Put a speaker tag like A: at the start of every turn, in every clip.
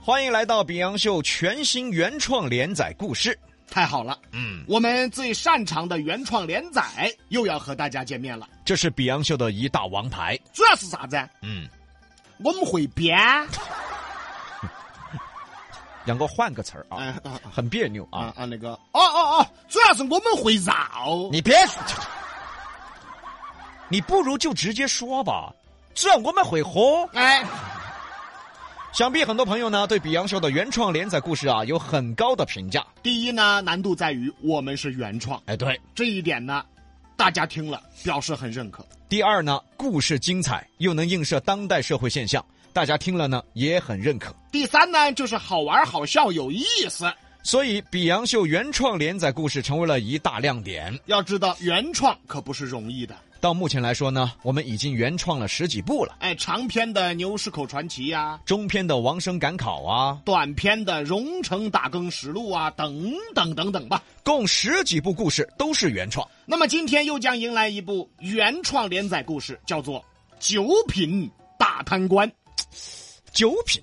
A: 欢迎来到《比洋秀》全新原创连载故事。
B: 太好了，
A: 嗯，
B: 我们最擅长的原创连载又要和大家见面了。
A: 这是《比洋秀》的一大王牌。
B: 主要是啥子？
A: 嗯，
B: 我们会编。
A: 杨哥换个词儿啊，
B: 哎啊
A: 很别扭
B: 啊
A: 啊。
B: 啊！那个，哦哦哦，主要是我们会绕。
A: 你别，你不如就直接说吧。这我们会喝。
B: 哎，
A: 想必很多朋友呢对《比洋秀》的原创连载故事啊有很高的评价。
B: 第一呢，难度在于我们是原创，
A: 哎，对。
B: 这一点呢，大家听了表示很认可。
A: 第二呢，故事精彩，又能映射当代社会现象，大家听了呢也很认可。
B: 第三呢，就是好玩、好笑、有意思。
A: 所以，《比洋秀》原创连载故事成为了一大亮点。
B: 要知道，原创可不是容易的。
A: 到目前来说呢，我们已经原创了十几部了，
B: 哎，长篇的牛市口传奇呀、
A: 中篇的《王生赶考》啊，
B: 短篇的《荣城打更实录》啊，等等等等吧。
A: 共十几部故事都是原创。
B: 那么今天又将迎来一部原创连载故事，叫做《九品大贪官》。
A: 九品，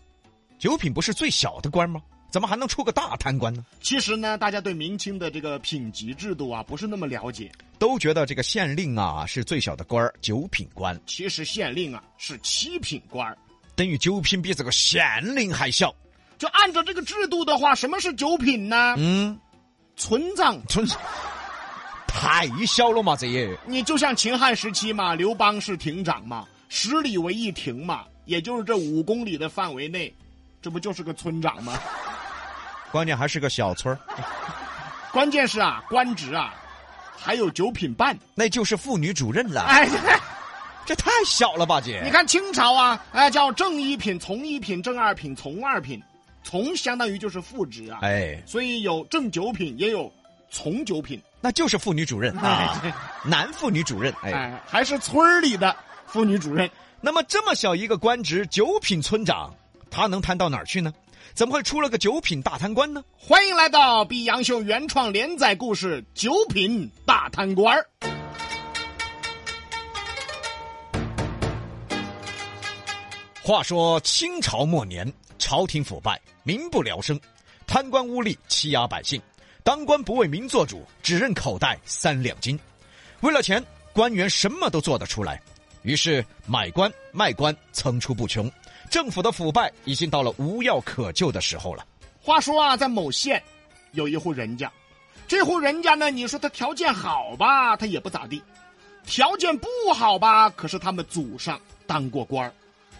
A: 九品不是最小的官吗？怎么还能出个大贪官呢？
B: 其实呢，大家对明清的这个品级制度啊，不是那么了解。
A: 都觉得这个县令啊是最小的官儿，九品官，
B: 其实县令啊是七品官儿
A: 等于九品比这个县令还小。
B: 就按照这个制度的话，什么是九品呢？
A: 嗯，
B: 存赃。
A: 真是太小了嘛，这也。
B: 你就像秦汉时期嘛，刘邦是亭长嘛，十里为一亭嘛，也就是这五公里的范围内，这不就是个村长吗？
A: 关键还是个小村儿，
B: 关键是啊，官职啊，还有九品半。
A: 那就是妇女主任了。
B: 哎，
A: 这太小了吧，姐？
B: 你看清朝啊，哎，叫正一品、从一品、正二品、从二品，从相当于就是副职啊，
A: 哎，
B: 所以有正九品，也有从九品，
A: 那就是妇女主任啊，男妇女主任。哎，
B: 哎，还是村儿里的妇女主任。
A: 那么这么小一个官职，九品村长，他能贪到哪儿去呢？怎么会出了个九品大贪官呢？
B: 欢迎来到《比杨秀》原创连载故事《九品大贪官》。
A: 话说清朝末年，朝廷腐败，民不聊生，贪官污吏欺压百姓，当官不为民做主，只认口袋三两金。为了钱，官员什么都做得出来，于是买官卖官层出不穷，政府的腐败已经到了无药可救的时候了。
B: 话说啊，在某县有一户人家，这户人家呢，你说他条件好吧，他也不咋地；条件不好吧，可是他们祖上当过官儿，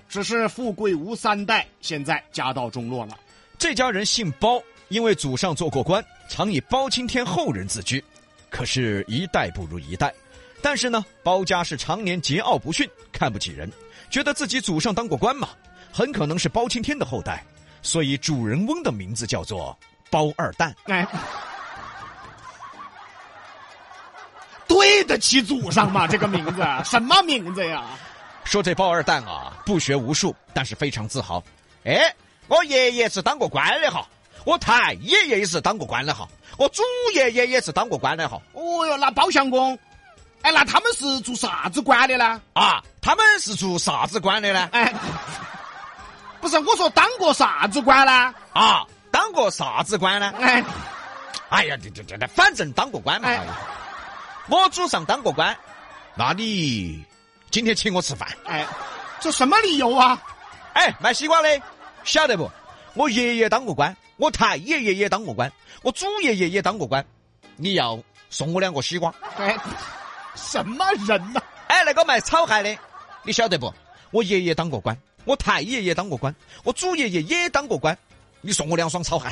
B: 只是富贵无三代，现在家道中落了。
A: 这家人姓包，因为祖上做过官，常以包青天后人自居。可是，一代不如一代。但是呢，包家是常年桀骜不驯，看不起人，觉得自己祖上当过官嘛，很可能是包青天的后代，所以主人翁的名字叫做包二蛋。
B: 哎，对得起祖上吗？这个名字啊什么名字呀？
A: 说这包二蛋啊，不学无术，但是非常自豪。哎，我爷爷是当过官的哈，我太爷爷也是当过官的哈，我祖爷爷也是当过官的哈。
B: 哦哟，那包相公，哎，那他们是做啥子官的呢？
A: 啊，他们是做啥子官的呢？
B: 哎，不是，我说当过啥子官呢？
A: 啊，当过啥子官呢？
B: 哎。
A: 哎呀，这这这这，反正当过官嘛。
B: 哎
A: 我祖上当过官，那你今天请我吃饭？
B: 哎，这什么理由啊？
A: 哎，卖西瓜的，晓得不？我爷爷当过官，我太爷爷也当过官，我祖爷爷也当过官。你要送我两个西瓜？
B: 哎，什么人呐、
A: 哎，那个卖草鞋的，你晓得不？我爷爷当过官，我太爷爷当过官，我祖爷爷也当过官。你送我两双草鞋。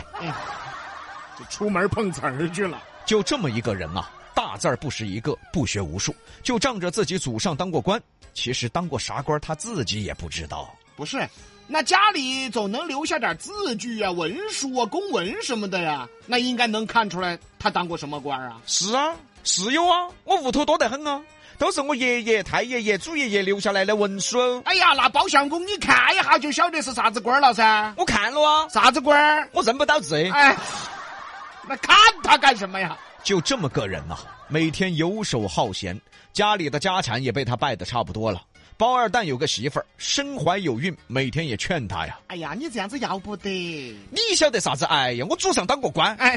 B: 这出门碰瓷儿去了。
A: 就这么一个人啊，大字儿不识一个，不学无术，就仗着自己祖上当过官，其实当过啥官儿他自己也不知道。
B: 不是，那家里总能留下点字据啊、文书啊、公文什么的呀，那应该能看出来他当过什么官啊？
A: 是啊，是有啊，我屋头多得很啊，都是我爷爷、太爷爷、祖爷爷留下来的文书，
B: 哎呀，那包相公，你看一下就晓得是啥子官了噻？
A: 我看了啊，
B: 啥子官？
A: 我认不到字。
B: 哎，那看他干什么呀？
A: 就这啊么个人呐、每天游手好闲，家里的家产也被他败得差不多了，包二蛋有个媳妇儿，身怀有孕，每天也劝他呀
B: 哎呀，你这样子要不得。：“
A: 你晓得啥子？哎呀，我祖上当过官，
B: 哎，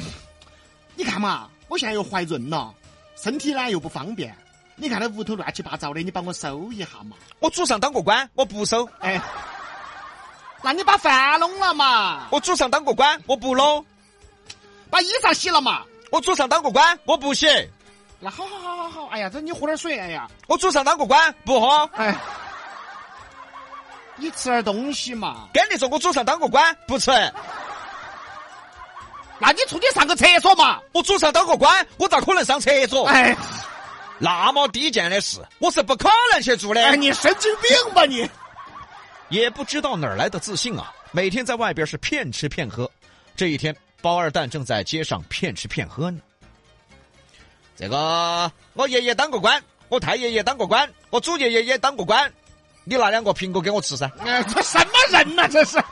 B: 你看嘛，我现在又怀孕了，身体呢又不方便。你看那屋头乱七八糟的，你帮我收一下嘛。
A: 我祖上当过官，我不收；
B: 哎，那你把饭弄了嘛，
A: 我祖上当过官，我不搂；
B: 把衣裳洗了嘛。
A: 我祖上当过官，我不洗；
B: 那好好好好好，哎呀，这你喝点水，哎呀，
A: 我祖上当过官，不喝。
B: 哎，你吃点东西嘛。
A: 跟你说，我祖上当过官，不吃；
B: 那你出去上个厕所嘛。
A: 我祖上当过官，我咋可能上厕所？
B: 哎，
A: 那么低贱的事，我是不可能去做的。
B: 哎，你神经病吧你！
A: 也不知道哪儿来的自信啊！每天在外边是骗吃骗喝。这一天，包二蛋正在街上骗吃骗喝呢。这个，我爷爷当过官，我太爷爷当过官，我祖爷爷也当过官。你拿两个苹果给我吃噻！
B: 哎，这什么人呐、这是。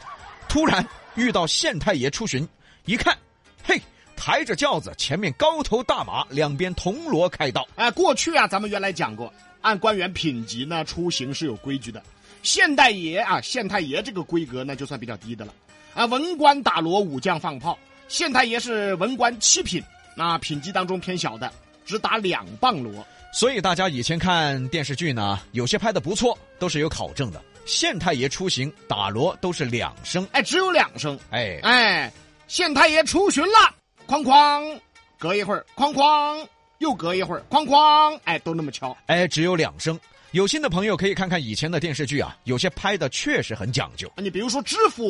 A: 突然遇到县太爷出巡，一看，嘿，抬着轿子，前面高头大马，两边铜锣开道。
B: 哎，过去啊，咱们原来讲过，按官员品级呢，出行是有规矩的。县太爷啊，县太爷这个规格呢，就算比较低的了。啊，文官打锣，武将放炮，县太爷是文官七品，那品级当中偏小的，只打两磅锣。
A: 所以大家以前看电视剧呢，有些拍的不错，都是有考证的。县太爷出行打锣都是两声，
B: 哎，只有两声。
A: 哎，
B: 哎，县太爷出巡了，哐哐，隔一会儿，哐哐，又隔一会儿，哐哐，哎，都那么敲。
A: 哎，只有两声。有心的朋友可以看看以前的电视剧啊，有些拍的确实很讲究。
B: 你比如说知府，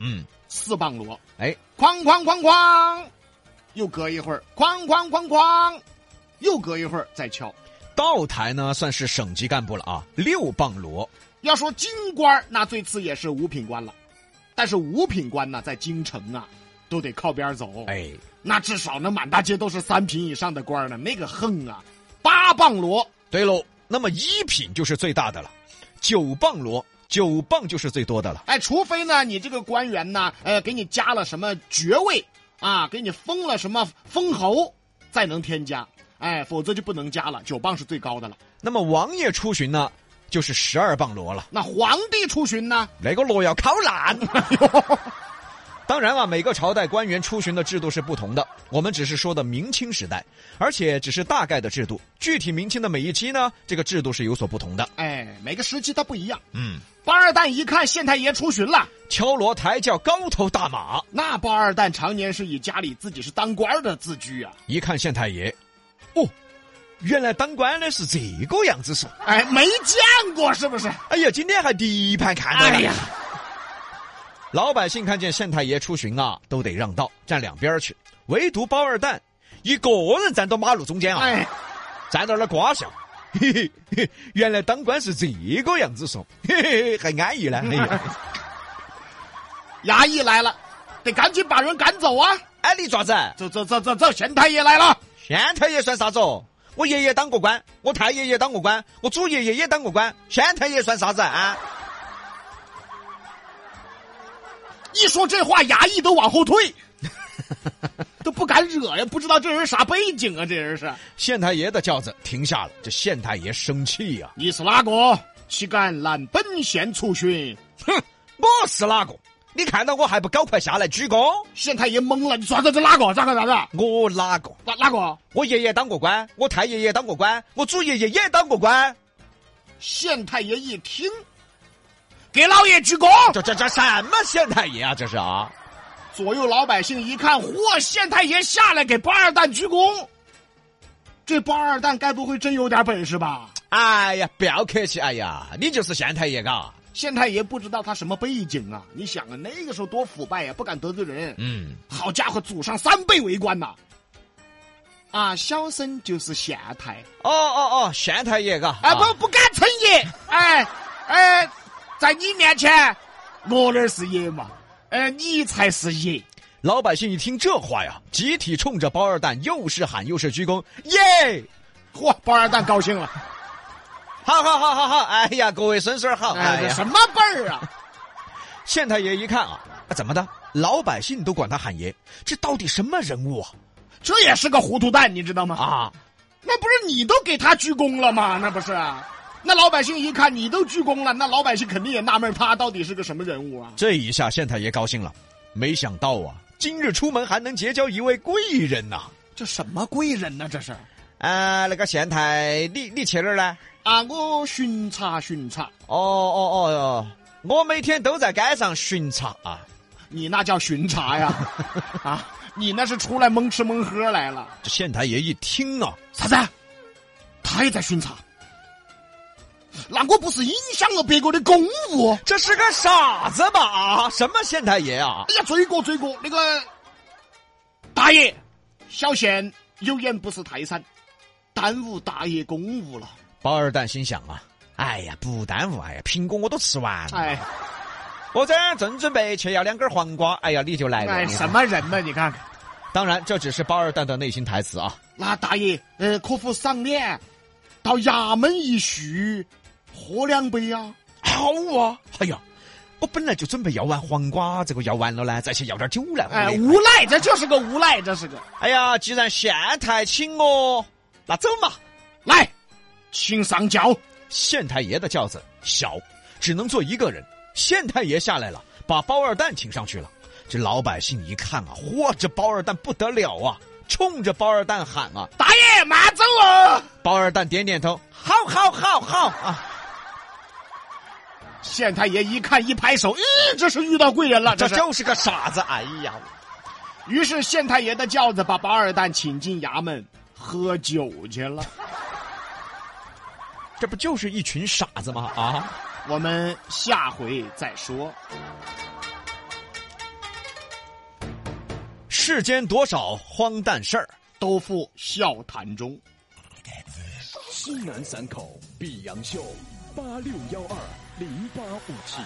A: 嗯，
B: 四磅锣，
A: 哎，
B: 哐哐哐哐，又隔一会儿，哐哐哐哐，又隔一会儿再敲。
A: 道台呢算是省级干部了啊，六磅锣。
B: 要说京官儿，那最次也是五品官了，但是五品官呢，在京城啊，都得靠边儿走。
A: 哎，
B: 那至少呢，满大街都是三品以上的官儿呢，那个横啊，八磅锣，
A: 对喽，那么一品就是最大的了，九磅锣，九磅就是最多的了。
B: 哎，除非呢，你这个官员呢，呃，给你加了什么爵位啊，给你封了什么封侯，再能添加，哎，否则就不能加了。九磅是最高的了。
A: 那么王爷出巡呢，就是十二磅锣了，
B: 那皇帝出巡呢？
A: 那个锣要烤烂。 当然啊，每个朝代官员出巡的制度是不同的，我们只是说的明清时代，而且只是大概的制度，具体明清的每一期呢，这个制度是有所不同的。
B: 哎，每个时期它不一样。
A: 嗯。
B: 包二蛋一看县太爷出巡了，
A: 敲锣抬轿，高头大马。
B: 那包二蛋常年是以家里自己是当官儿的自居啊。
A: 一看县太爷，哦，原来当官的是这个样子是。
B: 哎，没见过是不是？
A: 哎呀，今天还第一盘看到了。
B: 哎呀，
A: 老百姓看见县太爷出巡啊，都得让道，站两边儿去。唯独包二蛋一个人站到马路中间啊，
B: 哎，
A: 站到那儿瓜笑。嘿嘿嘿，原来当官是这个样子说，嘿嘿嘿，还安逸呢。哎呀，
B: 衙役来了，得赶紧把人赶走啊！
A: 安哎利爪子，
B: 走走走走走，县太爷来了。
A: 县太爷算啥子哦？我爷爷当过官，我太爷爷当过官，我祖爷爷也当过官，县太爷算啥子啊？
B: 一说这话，衙役都往后退，都不敢惹呀，不知道这人啥背景啊？这人是
A: 县太爷的轿子停下了，这县太爷生气呀、
B: 你是哪个？岂敢拦本县出巡？
A: 哼，我是哪个？你看到我还不赶快下来鞠躬？
B: 县太爷懵了，你说这这哪个？咋个咋个？
A: 我哪个？
B: 哪哪个？
A: 我爷爷当过官，我太爷爷当过官，我祖爷爷也当过官。
B: 县太爷一听，给老爷鞠躬。
A: 这这这什么县太爷啊？这是啊？
B: 左右老百姓一看，嚯，县太爷下来给包二蛋鞠躬。这包二蛋该不会真有点本事吧？
A: 哎呀，不要客气，哎呀，你就是县太爷嘎。
B: 县太爷不知道他什么背景啊？你想啊，那个时候多腐败呀、不敢得罪人。
A: 嗯，
B: 好家伙，祖上三辈为官呐！啊，小生就是县太，
A: 哦哦哦，县太爷嘎。
B: 啊，我不敢称爷，哎哎，在你面前，我哪儿是爷嘛？哎，你才是爷。
A: 老百姓一听这话呀，集体冲着包二蛋又是喊又是鞠躬，耶！
B: 嚯，包二蛋高兴了，
A: 好好好好好，哎呀，各位孙孙儿好，
B: 哎，
A: 哎
B: 这
A: 呀。
B: 什么辈儿啊？
A: 县太爷一看啊，啊怎么的？老百姓都管他喊爷，这到底什么人物啊？
B: 这也是个糊涂蛋，你知道吗？
A: 啊，
B: 那不是你都给他鞠躬了吗？那不是，啊那老百姓一看你都鞠躬了，那老百姓肯定也纳闷，他到底是个什么人物啊？
A: 这一下县太爷高兴了，没想到啊，今日出门还能结交一位贵人呐、
B: 这什么贵人呢、这是
A: 啊！那个县太，你你去哪儿呢？
B: 啊，我巡查巡查，
A: 哦哦哦哦，我每天都在街上巡查啊。
B: 你那叫巡查 呀！啊，你那是出来蒙吃蒙喝来了。
A: 这县太爷一听啊，
B: 啥子？他也在巡查？那我不是影响了别个的公务？哦
A: 这是个傻子吧？啊，什么县太爷啊？
B: 哎呀，罪过罪过，那个大爷，小县有眼不识泰山，耽误大爷公务了。
A: 包二蛋心想啊，哎呀，不耽误，哎呀，苹果我都吃完了，
B: 哎
A: 我这儿正准备去要两根黄瓜，哎呀，你就来了。
B: 哎，
A: 你看
B: 什么人呢？你看看，
A: 当然，这只是包二蛋的内心台词啊。
B: 那大爷，呃，可否赏脸到衙门一叙，喝两杯呀、
A: 好啊，哎呀，我本来就准备要碗黄瓜，这个要完了呢，再去要点酒来。我
B: 哎，
A: 的
B: 无赖，这就是个无赖，这是个。
A: 哎呀，既然县太哦请我，那走嘛。
B: 来，请上轿。
A: 县太爷的轿子小，只能坐一个人。县太爷下来了，把包二蛋请上去了。这老百姓一看啊，嚯，这包二蛋不得了啊，冲着包二蛋喊啊。
B: 大爷，慢走哦。
A: 包二蛋点点头，好好好好啊，
B: 县太爷一看一拍手，咦，这是遇到贵人了，
A: 这
B: 这是。
A: 就是个傻子。哎呀，
B: 于是县太爷的轿子把包二蛋请进衙门喝酒去了。
A: 这不就是一群傻子吗？啊！
B: 我们下回再说。
A: 世间多少荒诞事儿。
B: 都付笑谈中。
C: 西南三口碧阳秀八六幺二零八五七。